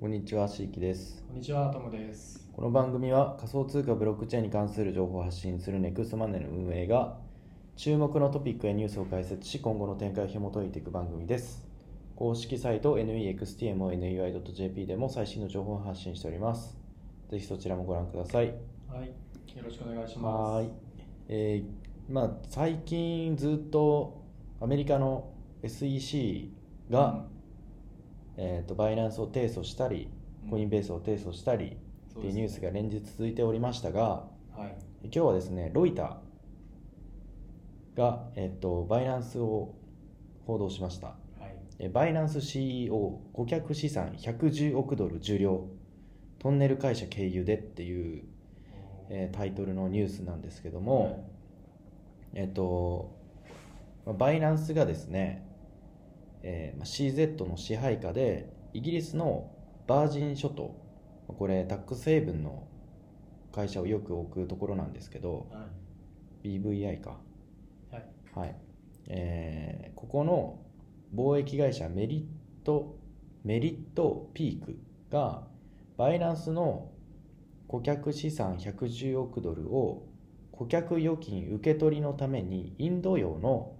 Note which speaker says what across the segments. Speaker 1: こんにちは、しいきです。
Speaker 2: こんにちは、ともです。
Speaker 1: この番組は仮想通貨ブロックチェーンに関する情報を発信するネクストマネーの運営が注目のトピックやニュースを解説し今後の展開を紐解いていく番組です。公式サイト nextmonui.jp でも最新の情報を発信しております。ぜひそちらもご覧ください。
Speaker 2: はい、よろしくお願いします。
Speaker 1: はーい、えーまあ、最近ずっとアメリカの SEC が、えー、とバイナンスを提訴したり、
Speaker 2: うん
Speaker 1: コインベースを提訴したり
Speaker 2: そ
Speaker 1: っ
Speaker 2: う
Speaker 1: てい
Speaker 2: で
Speaker 1: う
Speaker 2: す
Speaker 1: ニ
Speaker 2: ね
Speaker 1: ュースが連日続いておりましたが、
Speaker 2: うん、はい、
Speaker 1: 今日はですね、ロイターが、えー、とバイナンスを報道しました。
Speaker 2: はい、
Speaker 1: えーバイナンス CEO、顧客資産110億ドル受領、トンネル会社経由でっていう、えータイトルのニュースなんですけども、えっと、まあバイナンスがですね、えーまあ CZ の支配下で、イギリスのバージン諸島、これ、タックスヘイブンの会社をよく置くところなんですけど、
Speaker 2: はい、
Speaker 1: BVI か。
Speaker 2: はい、
Speaker 1: はい。えーここの貿易会社メリット、メリットピークが、バイナンスの顧客資産110億ドルを顧客預金受け取りのためにインド洋の、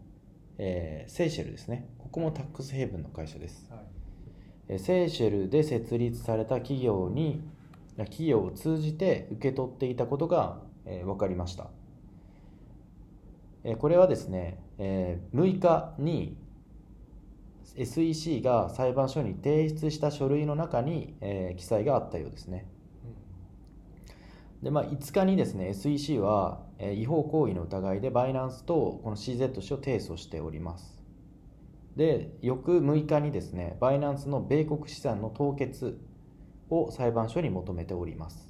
Speaker 1: えーセーシェルですね。ここもタックスヘイブンの会社です。
Speaker 2: はい、
Speaker 1: えーセーシェルで設立された企業にいや企業を通じて受け取っていたことが、えー分かりました、えーこれはですね、えー6日に SEC が裁判所に提出した書類の中に、えー記載があったようですねで、まあ、5日にですね SEC は、えー違法行為の疑いでバイナンスとこの CZ 氏を提訴しておりますで翌6日にですねバイナンスの米国資産の凍結を裁判所に求めております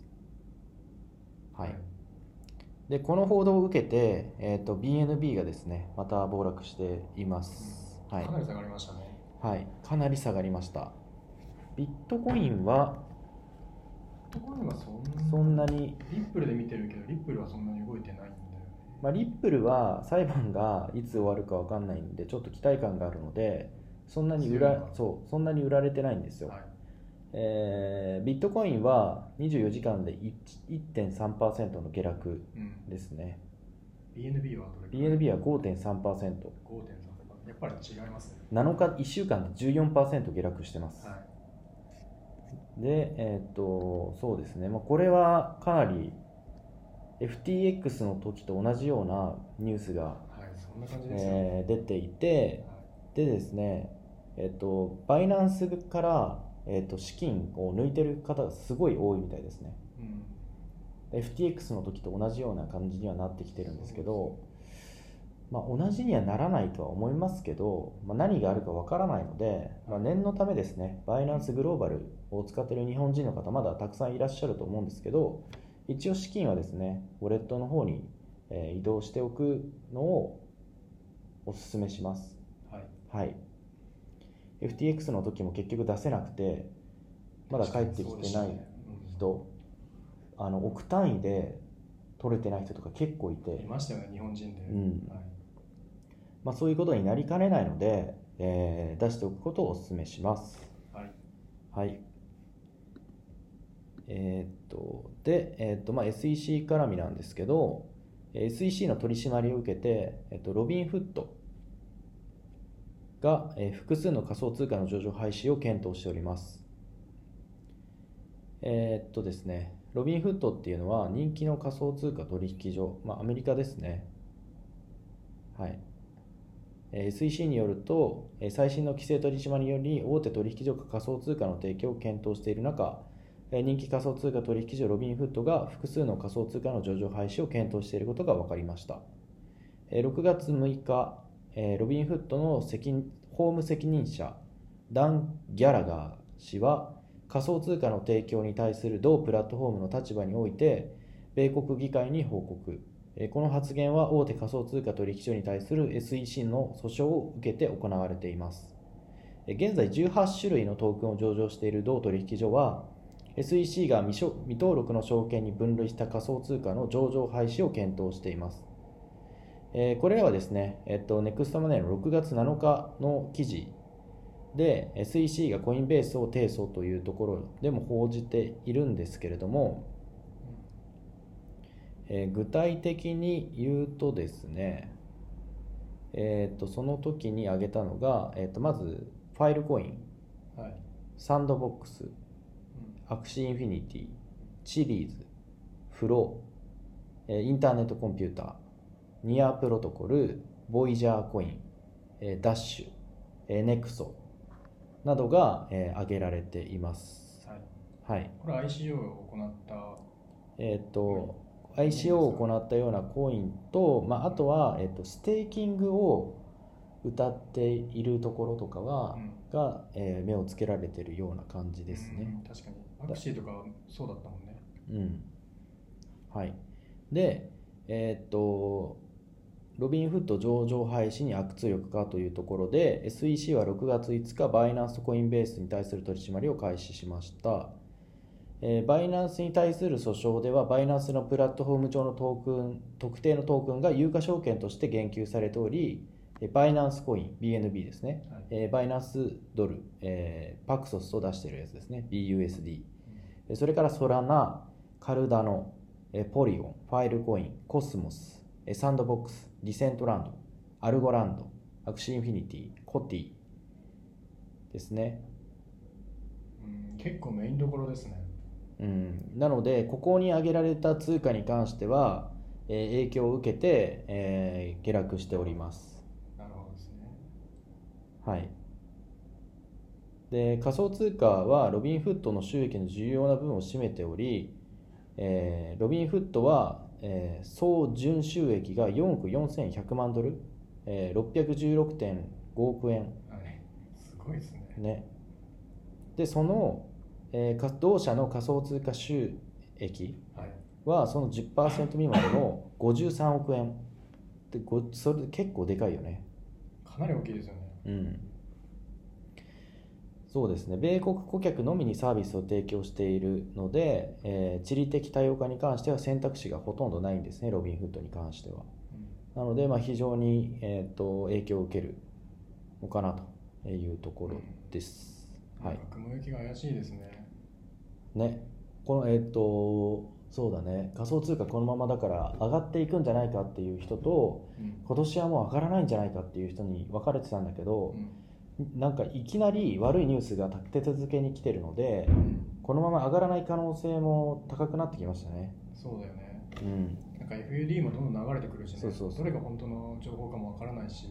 Speaker 1: はい、でこの報道を受けて、えー、と BNB がですねまた暴落しています、
Speaker 2: うん
Speaker 1: はい
Speaker 2: かなり下がりましたね。
Speaker 1: はい、かなり下がりましたビットコインは
Speaker 2: ところがそんな、
Speaker 1: そんなに
Speaker 2: リップルで見てるけど、リップルはそんなに動いてないんだよね。
Speaker 1: まあ、リップルは裁判がいつ終わるかわかんないんでちょっと期待感があるのでそんなに売
Speaker 2: 強い
Speaker 1: ら
Speaker 2: な
Speaker 1: そうそんなに売られてないんですよ、
Speaker 2: はい、
Speaker 1: えービットコインは24時間で1 1.3%の下落
Speaker 2: うん、
Speaker 1: ですね
Speaker 2: BNB はどれくらい
Speaker 1: BNB は5.3%
Speaker 2: 5.3やっぱり違いますね。
Speaker 1: 7日1週間で14%下落してます、
Speaker 2: はい、
Speaker 1: でえーっとそうですね、まあ、これはかなり FTX の時と同じようなニュースが、
Speaker 2: はい、そんな感じですよ。
Speaker 1: えー出ていて、
Speaker 2: は
Speaker 1: でですね、えっと、バイナンスから、えっと、資金を抜いてる方がすごい多いみたいですね。
Speaker 2: い、うん、
Speaker 1: FTX の時と同じような感じにはなってきてるんですけど、まあ、同じにはならないとは思いますけど、まあ、何があるかわからないので、まあ、念のためですね、バイナンスグローバルを使ってる日本人の方、まだたくさんいらっしゃると思うんですけど、一応資金はですね、ウォレットの方に、えー移動しておくのをお勧めします。
Speaker 2: はい、
Speaker 1: はい、FTX の時も結局出せなくてまだ帰ってきてない
Speaker 2: 人、
Speaker 1: 人、あの億単位で取れてない人とか結構い
Speaker 2: うんい
Speaker 1: て、
Speaker 2: ましたよね、日本人で。
Speaker 1: うん
Speaker 2: はい、
Speaker 1: まあ、そういうことになりかねないので、えー出しておくことをお勧めします。
Speaker 2: はい、
Speaker 1: はいえーっとで、えーっとまあ、SEC 絡みなんですけどえー SEC の取り締まりを受けて、えっと、ロビンフッドが、えー複数の仮想通貨の上場廃止を検討しておりますえーっとですねロビンフッドっていうのは人気の仮想通貨取引所、まあ、アメリカですねはいえー SEC によると、えー最新の規制取り締まりにより、大手取引所が仮想通貨の提供を検討している中、えー人気仮想通貨取引所ロビンフッドが複数の仮想通貨の上場廃止を検討していることが分かりました。えー6月6日、えーロビンフッドの責任法務責任者、ダン・ギャラガー氏は、仮想通貨の提供に対する同プラットフォームの立場において、米国議会に報告。えーこの発言は大手仮想通貨取引所に対する SEC の訴訟を受けて行われています。えー現在18種類のトークンを上場している同取引所は、SEC が未所未登録の証券に分類した仮想通貨の上場廃止を検討しています。えーこれらはですね、えっと、ネクストマネーの6月7日の記事で SEC がコインベースを提訴というところでも報じているんですけれども、えー具体的に言うとですね、えー、とその時に挙げたのが、えー、とまずファイルコイン
Speaker 2: はい、うん
Speaker 1: サンドボックスアクシーインフィニティチリーズフロー、えーインターネットコンピューターニアプロトコルボイジャーコイン、えーダッシュ、えーネクソなどが、えー挙げられています
Speaker 2: はい、
Speaker 1: はい
Speaker 2: これ ICO を行った、は
Speaker 1: えっ、と ICO を行ったようなコインと、まあ、あとは、えー、とステーキングを歌っているところとかは、
Speaker 2: うん
Speaker 1: が、えー目をつけられているような感じですね、
Speaker 2: うん確かにアクシーとかそうだったもんね
Speaker 1: うん、はいでえーっとロビンフッド上場廃止に悪通力かというところで SEC は6月5日バイナンスとコインベースに対する取り締まりを開始しました、えーバイナンスに対する訴訟ではバイナンスのプラットフォーム上のトークン特定のトークンが有価証券として言及されておりえーバイナンスコイン BNB ですね、
Speaker 2: はい
Speaker 1: えーバイナンスドル、えーパクソスと出しているやつですね BUSD えそれからソラナ、カルダノ、えポリゴン、ファイルコイン、コスモス、えサンドボックス、ディセントランド、アルゴランド、アクシーインフィニティ、コティですね。
Speaker 2: うん、うん結構メインどころですね
Speaker 1: うん、なので、ここに挙げられた通貨に関しては、えー影響を受けて、えー下落しております。
Speaker 2: なるほどですね
Speaker 1: はい、で仮想通貨はロビンフットの収益の重要な部分を占めており、えーロビンフットは、えー総純収益が4億4100万ドル、えー616.5億円、
Speaker 2: はいすごいですね
Speaker 1: ね、でその、えーか同社の仮想通貨収益
Speaker 2: はい
Speaker 1: はその10%未満の53億円でごそれ結構でかいよね。
Speaker 2: かなり大きいですよね
Speaker 1: うん、そうですね米国顧客のみにサービスを提供しているので、えー地理的多様化に関しては選択肢がほとんどないんですねロビンフッドに関しては
Speaker 2: うん
Speaker 1: なので、まあ、非常に、えー、と影響を受けるのかなというところです、は
Speaker 2: なん
Speaker 1: い
Speaker 2: か雲行きが怪しいですね
Speaker 1: ねこのえっ、とそうだね仮想通貨このままだから上がっていくんじゃないかっていう人と
Speaker 2: うん
Speaker 1: 今年はもう上がらないんじゃないかっていう人に分かれてたんだけど、
Speaker 2: うん
Speaker 1: なんかいきなり悪いニュースが立て続けに来てるので
Speaker 2: うん
Speaker 1: このまま上がらない可能性も高くなってきましたね。
Speaker 2: そうだよね
Speaker 1: うん、
Speaker 2: なんか FUD もどんどん流れてくるしね
Speaker 1: そうそうそう
Speaker 2: どれが本当の情報かもわからないし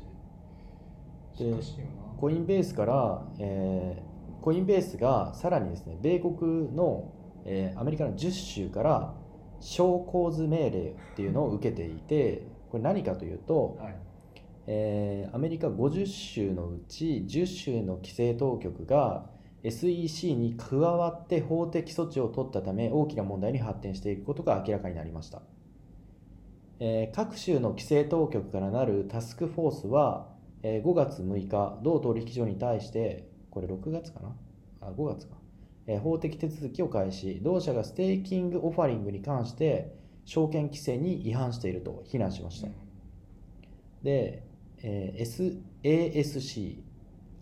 Speaker 1: で
Speaker 2: 難しいよな
Speaker 1: コインベースから、えーコインベースがさらにですね米国の、えーアメリカの10州から商工図命令っていうのを受けていてこれ何かというと、
Speaker 2: はい
Speaker 1: えーアメリカ50州のうち10州の規制当局が SEC に加わって法的措置を取ったため大きな問題に発展していくことが明らかになりました、えー各州の規制当局からなるタスクフォースは、えー5月6日同取引所に対してこれ6月かなあ5月か、えー法的手続きを開始同社がステーキングオファリングに関して証券規制に違反していると非難しました、で、えー SASC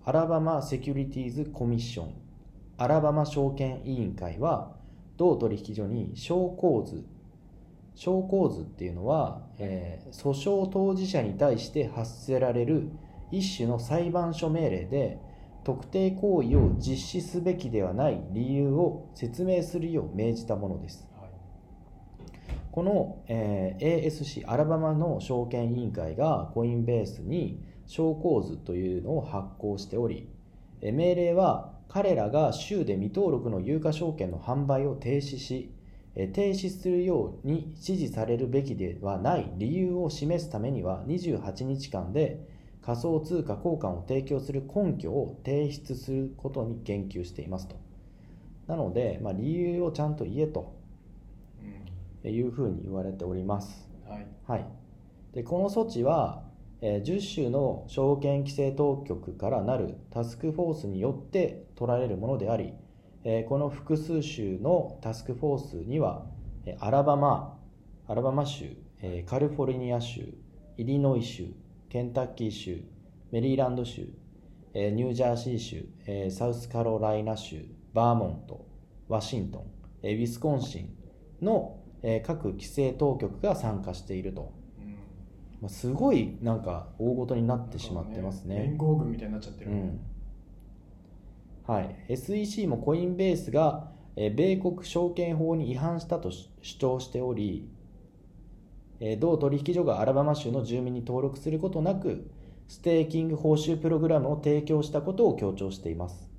Speaker 1: アラバマセキュリティーズコミッションアラバマ証券委員会は同取引所に証拠図証拠図っていうのは、えー訴訟当事者に対して発せられる一種の裁判所命令で特定行為を実施すべきではない理由を説明するよう命じたものです
Speaker 2: うんはい
Speaker 1: この、えー ASC アラバマの証券委員会がコインベースに証拠図というのを発行しておりえー命令は彼らが州で未登録の有価証券の販売を停止しえー停止するように指示されるべきではない理由を示すためには28日間で仮想通貨交換を提供する根拠を提出することに言及していますとなので、まあ、理由をちゃんと言えと
Speaker 2: う
Speaker 1: いうふうに言われております
Speaker 2: んはい
Speaker 1: はい、でこの措置は、えー10州の証券規制当局からなるタスクフォースによって取られるものであり、えーこの複数州のタスクフォースには、えーアラバマアラバマ州、えーカリフォルニア州イリノイ州ケンタッキー州メリーランド州、えーニュージャージー州、えーサウスカロライナ州、バーモント、ワシントン、えーウィスコンシンの、えー各規制当局が参加していると、
Speaker 2: うん
Speaker 1: まあ、すごいなんか大ごとになってしまってますね。
Speaker 2: 連合軍みたいになっちゃってる、
Speaker 1: うんはい、SEC もコインベースが、えー米国証券法に違反したとし主張しており、えー同取引所がアラバマ州の住民に登録することなくステーキング報酬プログラムを提供したことを強調しています、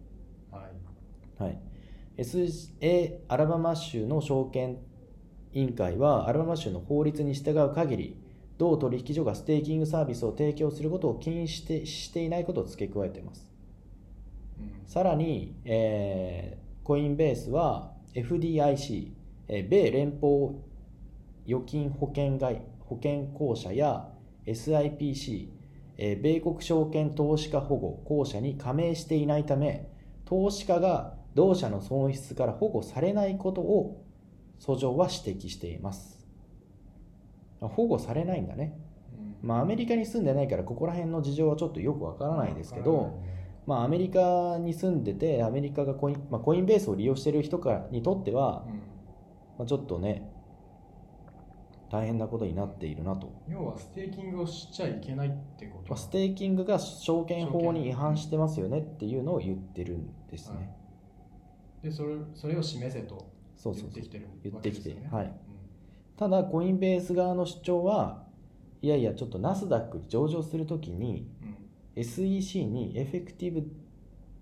Speaker 2: はい
Speaker 1: はい、SA アラバマ州の証券委員会はアラバマ州の法律に従う限り同取引所がステーキングサービスを提供することを禁止してしていないことを付け加えています
Speaker 2: うん
Speaker 1: さらに、えーコインベースは FDIC、えー米連邦預金保険外保険公社や SIPC、えー米国証券投資家保護公社に加盟していないため投資家が同社の損失から保護されないことを訴状は指摘していますあ保護されないんだね、
Speaker 2: うん
Speaker 1: まあ、アメリカに住んでないからここら辺の事情はちょっとよくわからないですけど、
Speaker 2: わからないね
Speaker 1: まあ、アメリカに住んでてアメリカがコイン,、まあ、コインベースを利用している人からにとっては、まあ、ちょっとね大変なことになっているなと、
Speaker 2: うん要はステーキングをしちゃいけないってこと
Speaker 1: まあ、ステーキングが証券法に違反してますよねっていうのを言ってるんですね、
Speaker 2: はいでそれそれを示せと
Speaker 1: そうそう
Speaker 2: 言っ
Speaker 1: そ
Speaker 2: て
Speaker 1: う
Speaker 2: きてる
Speaker 1: 言
Speaker 2: わ
Speaker 1: っ
Speaker 2: け
Speaker 1: て
Speaker 2: で
Speaker 1: き
Speaker 2: す
Speaker 1: て
Speaker 2: よね
Speaker 1: はい
Speaker 2: うん
Speaker 1: ただコインベース側の主張はいやいやちょっとナスダックに上場するときに
Speaker 2: うん
Speaker 1: SEC にエフェクティブ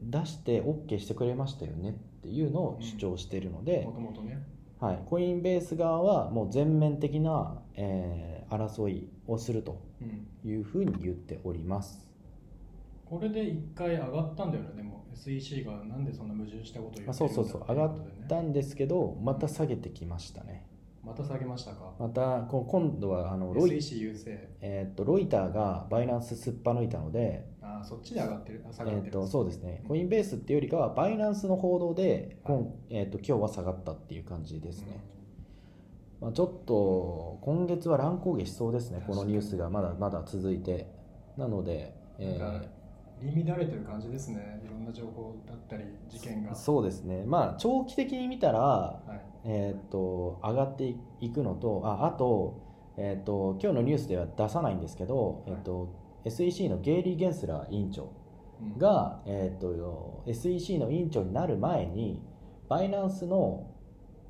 Speaker 1: 出して OK してくれましたよねっていうのを主張しているので、
Speaker 2: もともとね、
Speaker 1: はい、コインベース側はもう全面的な、えー争いをすると
Speaker 2: うん、
Speaker 1: いうふうに言っております。
Speaker 2: これで一回上がったんだよねでも SEC がなんでそんな矛盾したことを言ってるんだ
Speaker 1: あそうそうそう上がっ
Speaker 2: ということでね
Speaker 1: たんですけどまた下げてきましたね。
Speaker 2: また下げましたか
Speaker 1: またこ今度はあのロイ,、
Speaker 2: SEC 優勢
Speaker 1: えーっとロイターがバイナンスすっぱ抜いたので、
Speaker 2: あーそっちで上がってるあ
Speaker 1: え
Speaker 2: 下がって
Speaker 1: ー
Speaker 2: る、
Speaker 1: っとそうですね
Speaker 2: うん
Speaker 1: コインベースっていうよりかはバイナンスの報道で、こん
Speaker 2: は
Speaker 1: えーっと今日は下がったっていう感じですね。まあ、ちょっと今月は乱高下しそうですね、このニュースがまだまだ続いて。なので、
Speaker 2: うん
Speaker 1: え
Speaker 2: なんか
Speaker 1: ー
Speaker 2: 入り乱れてる感じですねいろんな情報だったり事件が
Speaker 1: そうですね、まあ、長期的に見たら、
Speaker 2: はい
Speaker 1: えーっと上がっていくのと、ああと,、えーっと、今日のニュースでは出さないんですけど、え
Speaker 2: はい
Speaker 1: ーっと SEC のゲイリー・ゲンスラー委員長
Speaker 2: うん
Speaker 1: が、えーっと SEC の委員長になる前に、バイナンスの、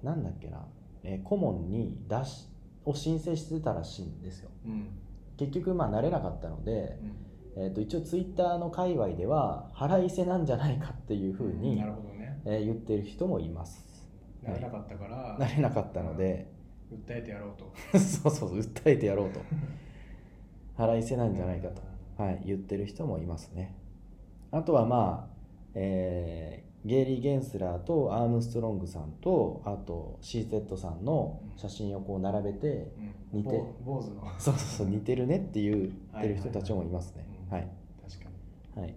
Speaker 1: なんだっけな、えー顧問に出しを申請してたらしいんですよ。
Speaker 2: うん
Speaker 1: 結局まあ慣れなかったので、えー、と一応ツイッターの界隈では腹いせなんじゃないかっていうふう
Speaker 2: うん
Speaker 1: に
Speaker 2: な、るほどね
Speaker 1: えー言ってる人もいます
Speaker 2: 慣れなかったから
Speaker 1: 慣れなかったので
Speaker 2: 訴えてやろうと
Speaker 1: そうそう訴えてやろうと腹いせなんじゃないかと、はい、言ってる人もいますねあとはまあ、えーゲイリー・ゲンスラーとアームストロングさんとあと CZ さんの写真をこう並べて
Speaker 2: うん
Speaker 1: 似て
Speaker 2: ぼ坊主の
Speaker 1: そうそうそう似てるねって言ってる人たちもいますね
Speaker 2: は
Speaker 1: はいい
Speaker 2: は確かに
Speaker 1: はい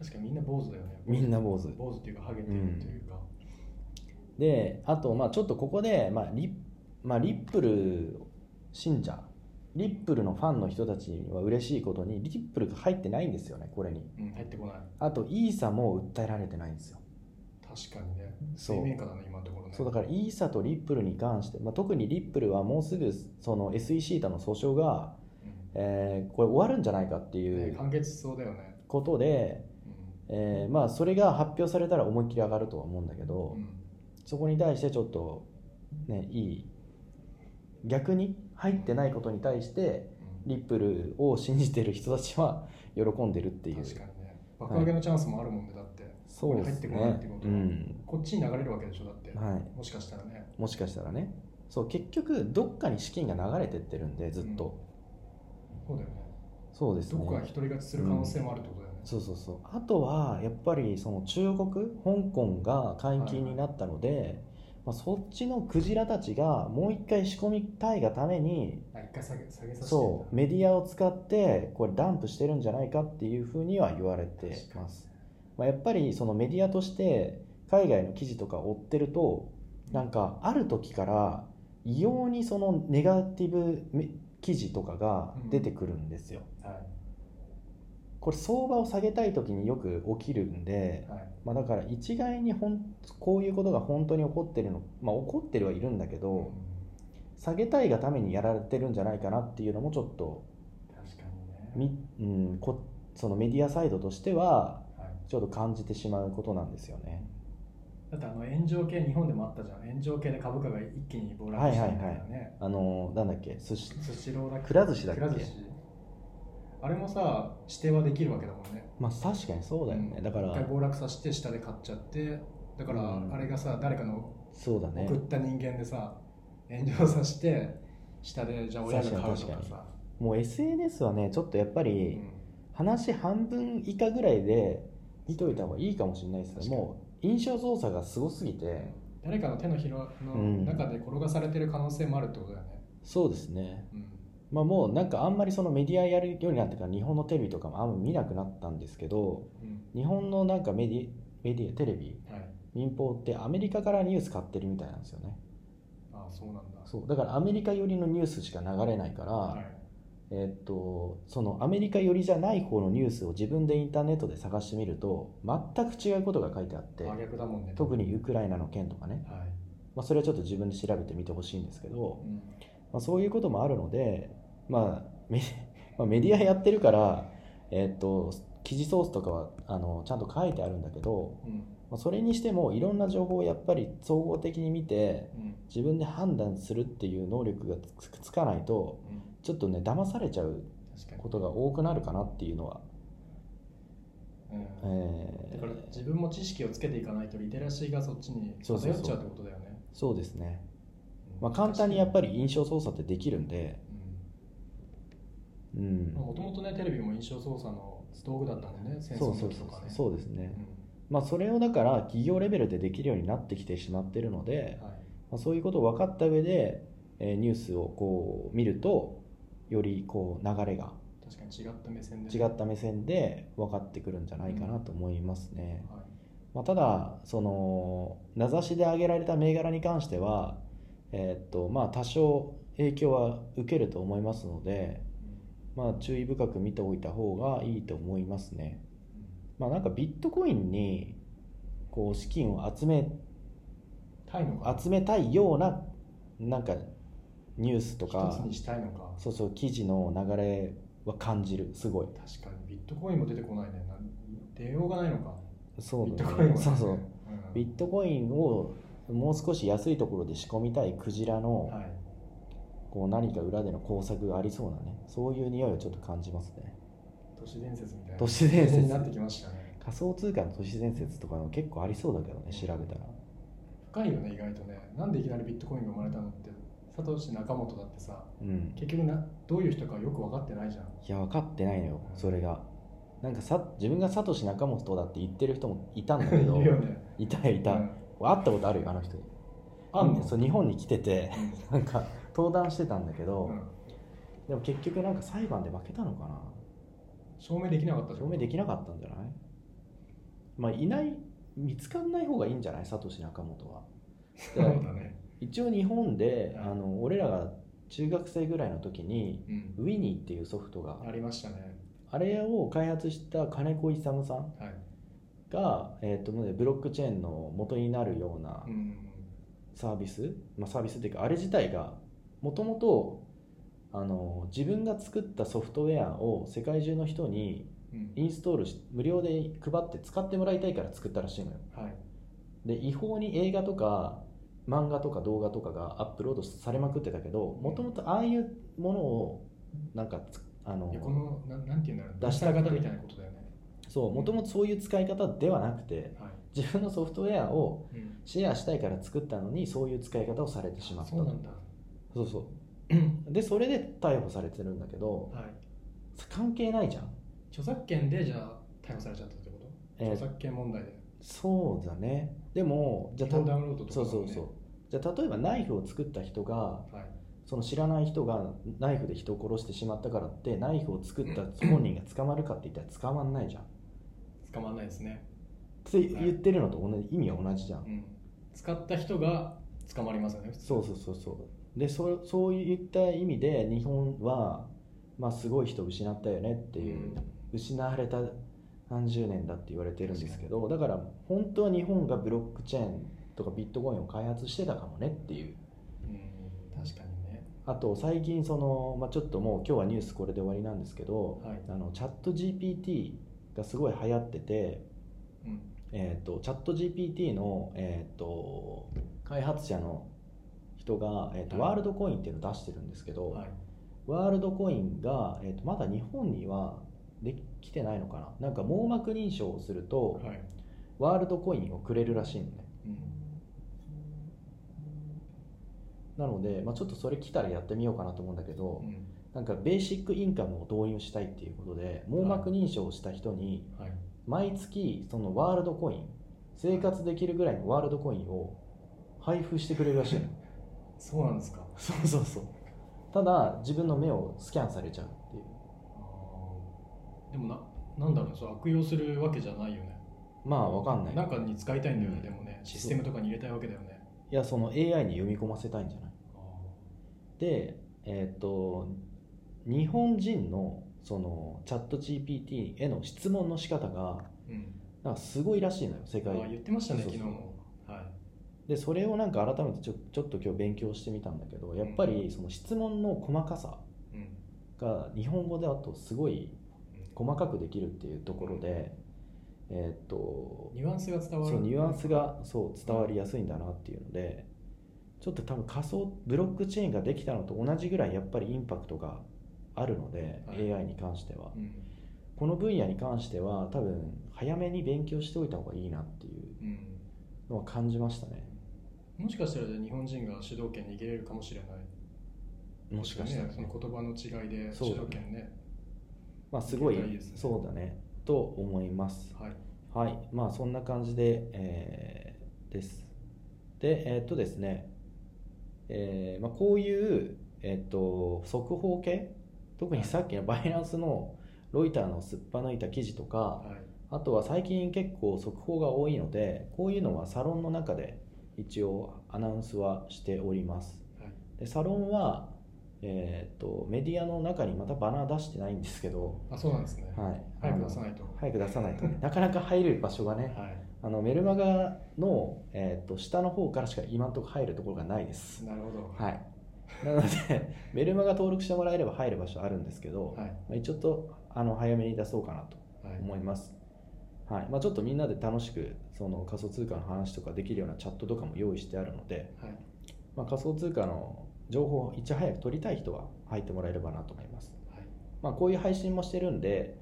Speaker 2: 確かにみんな坊主だよね
Speaker 1: みんな坊主
Speaker 2: 坊主っていうかハゲてるというか、
Speaker 1: であとまあちょっとここで、まあリまあ、リップル信者リップルのファンの人たちは嬉しいことにリップルが入ってないんですよねこれに
Speaker 2: うん入ってこない
Speaker 1: あとイーサも訴えられてないんですよ
Speaker 2: 確かにね
Speaker 1: そう
Speaker 2: 水面下だね今のところね
Speaker 1: そうだからイーサとリップルに関して、まあ、特にリップルはもうすぐその SEC との訴訟が、
Speaker 2: うん
Speaker 1: えーこれ終わるんじゃないかってい
Speaker 2: ね
Speaker 1: う
Speaker 2: 完結しそうだよね
Speaker 1: ことで、えーまあ、それが発表されたら思いっきり上がるとは思うんだけ
Speaker 2: うん、
Speaker 1: ど
Speaker 2: うん
Speaker 1: そこに対してちょっとねいい逆に入ってないことに対して
Speaker 2: う
Speaker 1: リップルを信じてる人たちは喜んでるってい
Speaker 2: ん
Speaker 1: う
Speaker 2: 確かにね爆上げのチャンスもあるもんでだって
Speaker 1: そうです
Speaker 2: ここに入っ
Speaker 1: ね
Speaker 2: てこないってこ
Speaker 1: う
Speaker 2: とは
Speaker 1: ん
Speaker 2: こっちに流れるわけでしょだって、
Speaker 1: はい
Speaker 2: もしかしたらね
Speaker 1: もしかしたらねそう結局どっかに資金が流れてってるんでずっと、
Speaker 2: そうだよね
Speaker 1: そうです
Speaker 2: ど
Speaker 1: ね
Speaker 2: こか独り勝ちする可能性もあるってことだよね、
Speaker 1: そうそうそうあとはやっぱりその中国香港が解禁になったので、まあ、そっちのクジラたちがもう一回仕込みたいがために
Speaker 2: あ一回下げ下げさせて
Speaker 1: そうメディアを使ってこれダンプしてるんじゃないかっていうふうには言われて
Speaker 2: 確かに
Speaker 1: ます、まあ、やっぱりそのメディアとして海外の記事とか追ってるとなんかある時から異様にそのネガティブめ記事とかが出てくるんですよ、
Speaker 2: はい
Speaker 1: これ相場を下げたい時によく起きるんで、
Speaker 2: はい
Speaker 1: まあ、だから一概にほんこういうことが本当に起こってるの、まあ、起こってるはいるんだけど、下げたいがためにやられてるんじゃないかなっていうのもちょっと
Speaker 2: 確かにね
Speaker 1: み、うん、こそのメディアサイドとしては
Speaker 2: はい
Speaker 1: ちょっと感じてしまうことなんですよね。
Speaker 2: だってあの炎上系日本でもあったじゃん炎上系で株価が一気に暴落したみたいなね
Speaker 1: あのなんだっけ寿司
Speaker 2: スシローだっけ
Speaker 1: くら寿司だっけ
Speaker 2: くら寿司あれもさ指定はできるわけだもんね
Speaker 1: まあ確かにそうだよね、
Speaker 2: うん
Speaker 1: だか
Speaker 2: 一回
Speaker 1: ら
Speaker 2: 暴落させて下で買っちゃってだから
Speaker 1: うん
Speaker 2: あれがさ誰かの
Speaker 1: そうだね
Speaker 2: 送った人間でさ炎上させて下でじゃあ親が買うと
Speaker 1: 確か
Speaker 2: か
Speaker 1: に確
Speaker 2: さ
Speaker 1: もう SNS はねちょっとやっぱ
Speaker 2: う
Speaker 1: り
Speaker 2: ん
Speaker 1: 話半分以下ぐらいで見といた方がいいかもしれないですね
Speaker 2: 確かに
Speaker 1: もう印象操作がすごすぎて
Speaker 2: 誰かの手のひら
Speaker 1: う
Speaker 2: の
Speaker 1: ん
Speaker 2: 中で転がされてる可能性もあるってことだよね
Speaker 1: そうですね
Speaker 2: うん
Speaker 1: まあもうなんかあんまりそのメディアやるようになってから日本のテレビとかもあんま見なくなったんですけど
Speaker 2: うん
Speaker 1: 日本のなんかメディメディアテレビ
Speaker 2: はい
Speaker 1: 民放ってアメリカからニュース買ってるみたいなんですよね
Speaker 2: ああそうなんだ
Speaker 1: そうだからアメリカ寄りのニュースしか流れないから、
Speaker 2: はい
Speaker 1: えっとそのアメリカ寄りじゃない方のニュースを自分でインターネットで探してみると全く違うことが書いてあって
Speaker 2: 真逆だもんね
Speaker 1: 特にウクライナの件とかね、
Speaker 2: はい
Speaker 1: まあ、それはちょっと自分で調べてみてほしいんですけど、
Speaker 2: うん
Speaker 1: まあ、そういうこともあるので、まあ、メ まあメディアやってるから、えっと記事ソースとかはあのちゃんと書いてあるんだけど、
Speaker 2: うん
Speaker 1: まあ、それにしてもいろんな情報をやっぱり総合的に見て
Speaker 2: うん
Speaker 1: 自分で判断するっていう能力がつつかないと
Speaker 2: うん
Speaker 1: ちょっとね騙されちゃう
Speaker 2: 確かに
Speaker 1: ことが多くなるかなっていうのは、
Speaker 2: うん
Speaker 1: え
Speaker 2: だ
Speaker 1: ー
Speaker 2: から自分も知識をつけていかないとリテラシーがそっちに
Speaker 1: そうそう
Speaker 2: 偏
Speaker 1: そう
Speaker 2: っちゃうってことだよね。
Speaker 1: そうですね、まあ、簡単にやっぱ
Speaker 2: り。
Speaker 1: り印象操作ってできるんで、うん、
Speaker 2: もともとねテレビも印象操作の道具だったもんね戦
Speaker 1: そ
Speaker 2: 争
Speaker 1: うそ
Speaker 2: の
Speaker 1: う
Speaker 2: 時
Speaker 1: そ
Speaker 2: と
Speaker 1: う
Speaker 2: かね。
Speaker 1: そうですね、
Speaker 2: う
Speaker 1: まあ、それをだから企業レベルでできるようになってきてしまってるので
Speaker 2: ん、はい
Speaker 1: まあ、そういうことを分かった上で、えーニュースをこう見るとよりこう流れが
Speaker 2: 確かに違った目線で。
Speaker 1: 違った目線で分かってくるんじゃないかなと思いますね、
Speaker 2: はい
Speaker 1: まあ、ただその名指しで挙げられた銘柄に関しては、えーっとまあ、多少影響は受けると思いますので、まあ、注意深く見ておいた方がいいと思いますね。ま
Speaker 2: うん
Speaker 1: あ、なんかビットコインにこう資金を集め
Speaker 2: タイのか
Speaker 1: 集めたいようななんかニュースと
Speaker 2: 一
Speaker 1: か
Speaker 2: つにしたいのか。
Speaker 1: そうそう記事の流れは感じるすごい
Speaker 2: 確かにビットコインも出てこないね。なん出ようがないのか。
Speaker 1: そう
Speaker 2: ビット
Speaker 1: だ
Speaker 2: コイン
Speaker 1: ね
Speaker 2: はね。
Speaker 1: そうそう
Speaker 2: うん
Speaker 1: ビットコインをもう少し安いところで仕込みたいクジラの
Speaker 2: はい。
Speaker 1: こう何か裏での工作がありそうなねそういう匂いをちょっと感じますね
Speaker 2: 都市伝説みたいな。
Speaker 1: 都市伝説
Speaker 2: になってきましたね。
Speaker 1: 仮想通貨の都市伝説とかの結構ありそうだけどね調べたら
Speaker 2: 深いよね意外とねなんでいきなりビットコインが生まれたのって佐藤氏仲本だってさ
Speaker 1: うん
Speaker 2: 結局などういう人かよく分かってないじゃん
Speaker 1: いや分かってないのよそれがなんかさ自分がサトシ仲本だって言ってる人もいたんだけど
Speaker 2: いるよね
Speaker 1: いたよいた、
Speaker 2: うん
Speaker 1: 俺会ったことあるよあの人
Speaker 2: あんの
Speaker 1: そう日本に来てて
Speaker 2: うん
Speaker 1: なんか登壇してたんだけど、
Speaker 2: うん
Speaker 1: でも結局なんか裁判で負けたのかな
Speaker 2: 証明できなかったじゃん
Speaker 1: 証明できなかったんじゃないまあいない見つかんない方がいいんじゃないサトシ仲本は
Speaker 2: そうだね
Speaker 1: 一応日本で、
Speaker 2: うん
Speaker 1: あの俺らが中学生ぐらいの時に
Speaker 2: うん
Speaker 1: ウィニーっていうソフトが
Speaker 2: ありましたね
Speaker 1: あれを開発した金子勇さん
Speaker 2: はい
Speaker 1: が、えー、とブロックチェーンの元になるような
Speaker 2: うん
Speaker 1: サービス、まあ、サービスっていうかあれ自体がもともとあの自分が作ったソフトウェアを世界中の人に
Speaker 2: うん
Speaker 1: インストールし無料で配って使ってもらいたいから作ったらしいのよ
Speaker 2: はい
Speaker 1: で違法に映画とか漫画とか動画とかがアップロードされまくってたけどもともとああいうものをなんかつあの
Speaker 2: いやこのなんなんていうんだろう
Speaker 1: 出
Speaker 2: 出
Speaker 1: し
Speaker 2: したた
Speaker 1: くて
Speaker 2: 方みたいなことだよね
Speaker 1: そうもともとそういう使い方ではなくて
Speaker 2: は
Speaker 1: 自分のソフトウェアを
Speaker 2: いうん
Speaker 1: シェアしたいから作ったのにそういう使い方をされてしまった
Speaker 2: そうなんだ
Speaker 1: そうそう でそれで逮捕されてるんだけど
Speaker 2: はい
Speaker 1: 関係ないじゃん、
Speaker 2: 著作権でじゃあ逮捕されちゃったってこと
Speaker 1: え
Speaker 2: 著
Speaker 1: ー
Speaker 2: 作権問題で
Speaker 1: そうだねでもじゃあた
Speaker 2: 違法ダウンロードとか
Speaker 1: そうそう
Speaker 2: ね
Speaker 1: そうじゃあ例えばナイフを作った人が
Speaker 2: はい
Speaker 1: その知らない人がナイフで人を殺してしまったからってナイフを作った本人が捕まるかって言ったら捕まんないじゃんっ
Speaker 2: 捕まんないですね
Speaker 1: て言ってるのと同じ意味は同じじゃん
Speaker 2: うん、使った人が捕まりますよね普通
Speaker 1: そうそうそうそうでそそういった意味で日本はまあすごい人を失ったよねっていう、
Speaker 2: うん
Speaker 1: 失われた何十年だって言われてるんですけどだから本当は日本がブロックチェーンとかビットコインを開発してたかもねっていう
Speaker 2: うん確かにね
Speaker 1: あと最近その、まあ、ちょっともう今日はニュースこれで終わりなんですけど、
Speaker 2: はい
Speaker 1: あのチャット GPT がすごい流行ってて、
Speaker 2: うん
Speaker 1: えー、とチャット GPT の、えー、と開発者の人が、えーと
Speaker 2: はい
Speaker 1: ワールドコインっていうのを出してるんですけど、
Speaker 2: はい
Speaker 1: ワールドコインが、えー、とまだ日本にはできてないのかななんか網膜認証をすると、
Speaker 2: はい
Speaker 1: ワールドコインをくれるらしいのね
Speaker 2: うん
Speaker 1: なので、まあ、ちょっとそれ来たらやってみようかなと思うんだけど、
Speaker 2: うん
Speaker 1: なんかベーシックインカムを導入したいっていうことで網膜認証をした人に
Speaker 2: はい
Speaker 1: 毎月そのワールドコイン生活できるぐらいのワールドコインを配布してくれるらしいの
Speaker 2: そうなんですか
Speaker 1: そうそうそうただ自分の目をスキャンされちゃうっていう
Speaker 2: あーでもななんだろうねそう悪用するわけじゃないよね
Speaker 1: まあわかんない
Speaker 2: 中に使いたいんだよね、
Speaker 1: うん
Speaker 2: でもねシステムとかに入れたいわけだよね
Speaker 1: いやその AI に読み込ませたいんじゃない
Speaker 2: あ
Speaker 1: でえっ、と日本人のそのチャット GPT への質問の仕方が
Speaker 2: ーうん
Speaker 1: なんかすごいらしいのよ世
Speaker 2: あ
Speaker 1: 界
Speaker 2: ー言ってましたね
Speaker 1: そう
Speaker 2: 昨
Speaker 1: そ
Speaker 2: 日
Speaker 1: う
Speaker 2: もはい
Speaker 1: でそれをなんか改めてちょちょっと今日勉強してみたんだけどやっぱりその質問の細かさ
Speaker 2: うん
Speaker 1: が日本語だとすごい
Speaker 2: うん
Speaker 1: 細かくできるっていうところで、えーっと
Speaker 2: ニュアンスが伝わる
Speaker 1: そうニュアンスがそう伝わりやすいんだなっていうのでちょっと多分仮想ブロックチェーンができたのと同じぐらいやっぱりインパクトがあるので、
Speaker 2: はい
Speaker 1: AI に関しては
Speaker 2: うん
Speaker 1: この分野に関しては多分早めに勉強しておいた方がいいなっていう
Speaker 2: うん
Speaker 1: のは感じましたね
Speaker 2: もしかしたらじゃあ日本人が主導権握れるかもしれない、
Speaker 1: もしかしたら、
Speaker 2: ねその言葉の違いで
Speaker 1: そ
Speaker 2: 主
Speaker 1: うだね
Speaker 2: 導権ね
Speaker 1: まあ、すごい
Speaker 2: いいですね
Speaker 1: そうだねと思います
Speaker 2: はい
Speaker 1: はいまあそんな感じで、えーですでえーっとですね、えーまあ、こういう、えーっと速報系特にさっきのバイナンスのロイターのすっぱ抜いた記事とか
Speaker 2: はい
Speaker 1: あとは最近結構速報が多いのでこういうのはサロンの中で一応アナウンスはしております
Speaker 2: はい
Speaker 1: でサロンは、えーっとメディアの中にまたバナー出してないんですけど
Speaker 2: あそうなんですね、
Speaker 1: はい、
Speaker 2: 早く出
Speaker 1: あ
Speaker 2: さ
Speaker 1: の
Speaker 2: ないと
Speaker 1: 早く出さないと ねなかなか入れる場所がね
Speaker 2: はい
Speaker 1: あのメルマガの、えー、と下の方からしか今のところ入るところがないです
Speaker 2: なるほど
Speaker 1: はいなので メルマガ登録してもらえれば入る場所あるんですけど、
Speaker 2: はい
Speaker 1: まあ、ちょっとあの早めに出そうかなと
Speaker 2: はい
Speaker 1: 思います、はいまあ、ちょっとみんなで楽しくその仮想通貨の話とかできるようなチャットとかも用意してあるので、
Speaker 2: はい
Speaker 1: まあ、仮想通貨の情報をいち早く取りたい人は入ってもらえればなと思います
Speaker 2: はい
Speaker 1: まあ、こういう配信もしてるんで、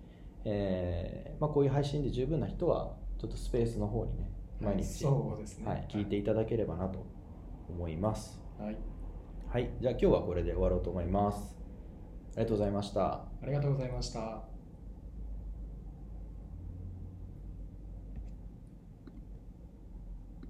Speaker 1: えーまあ、こういう配信で十分な人はちょっとスペースの方にね毎日、は
Speaker 2: そうですね
Speaker 1: い、聞いていただければなと思います
Speaker 2: はい
Speaker 1: はいじゃあ今日はこれで終わろうと思いますありがとうございました
Speaker 2: ありがとうございました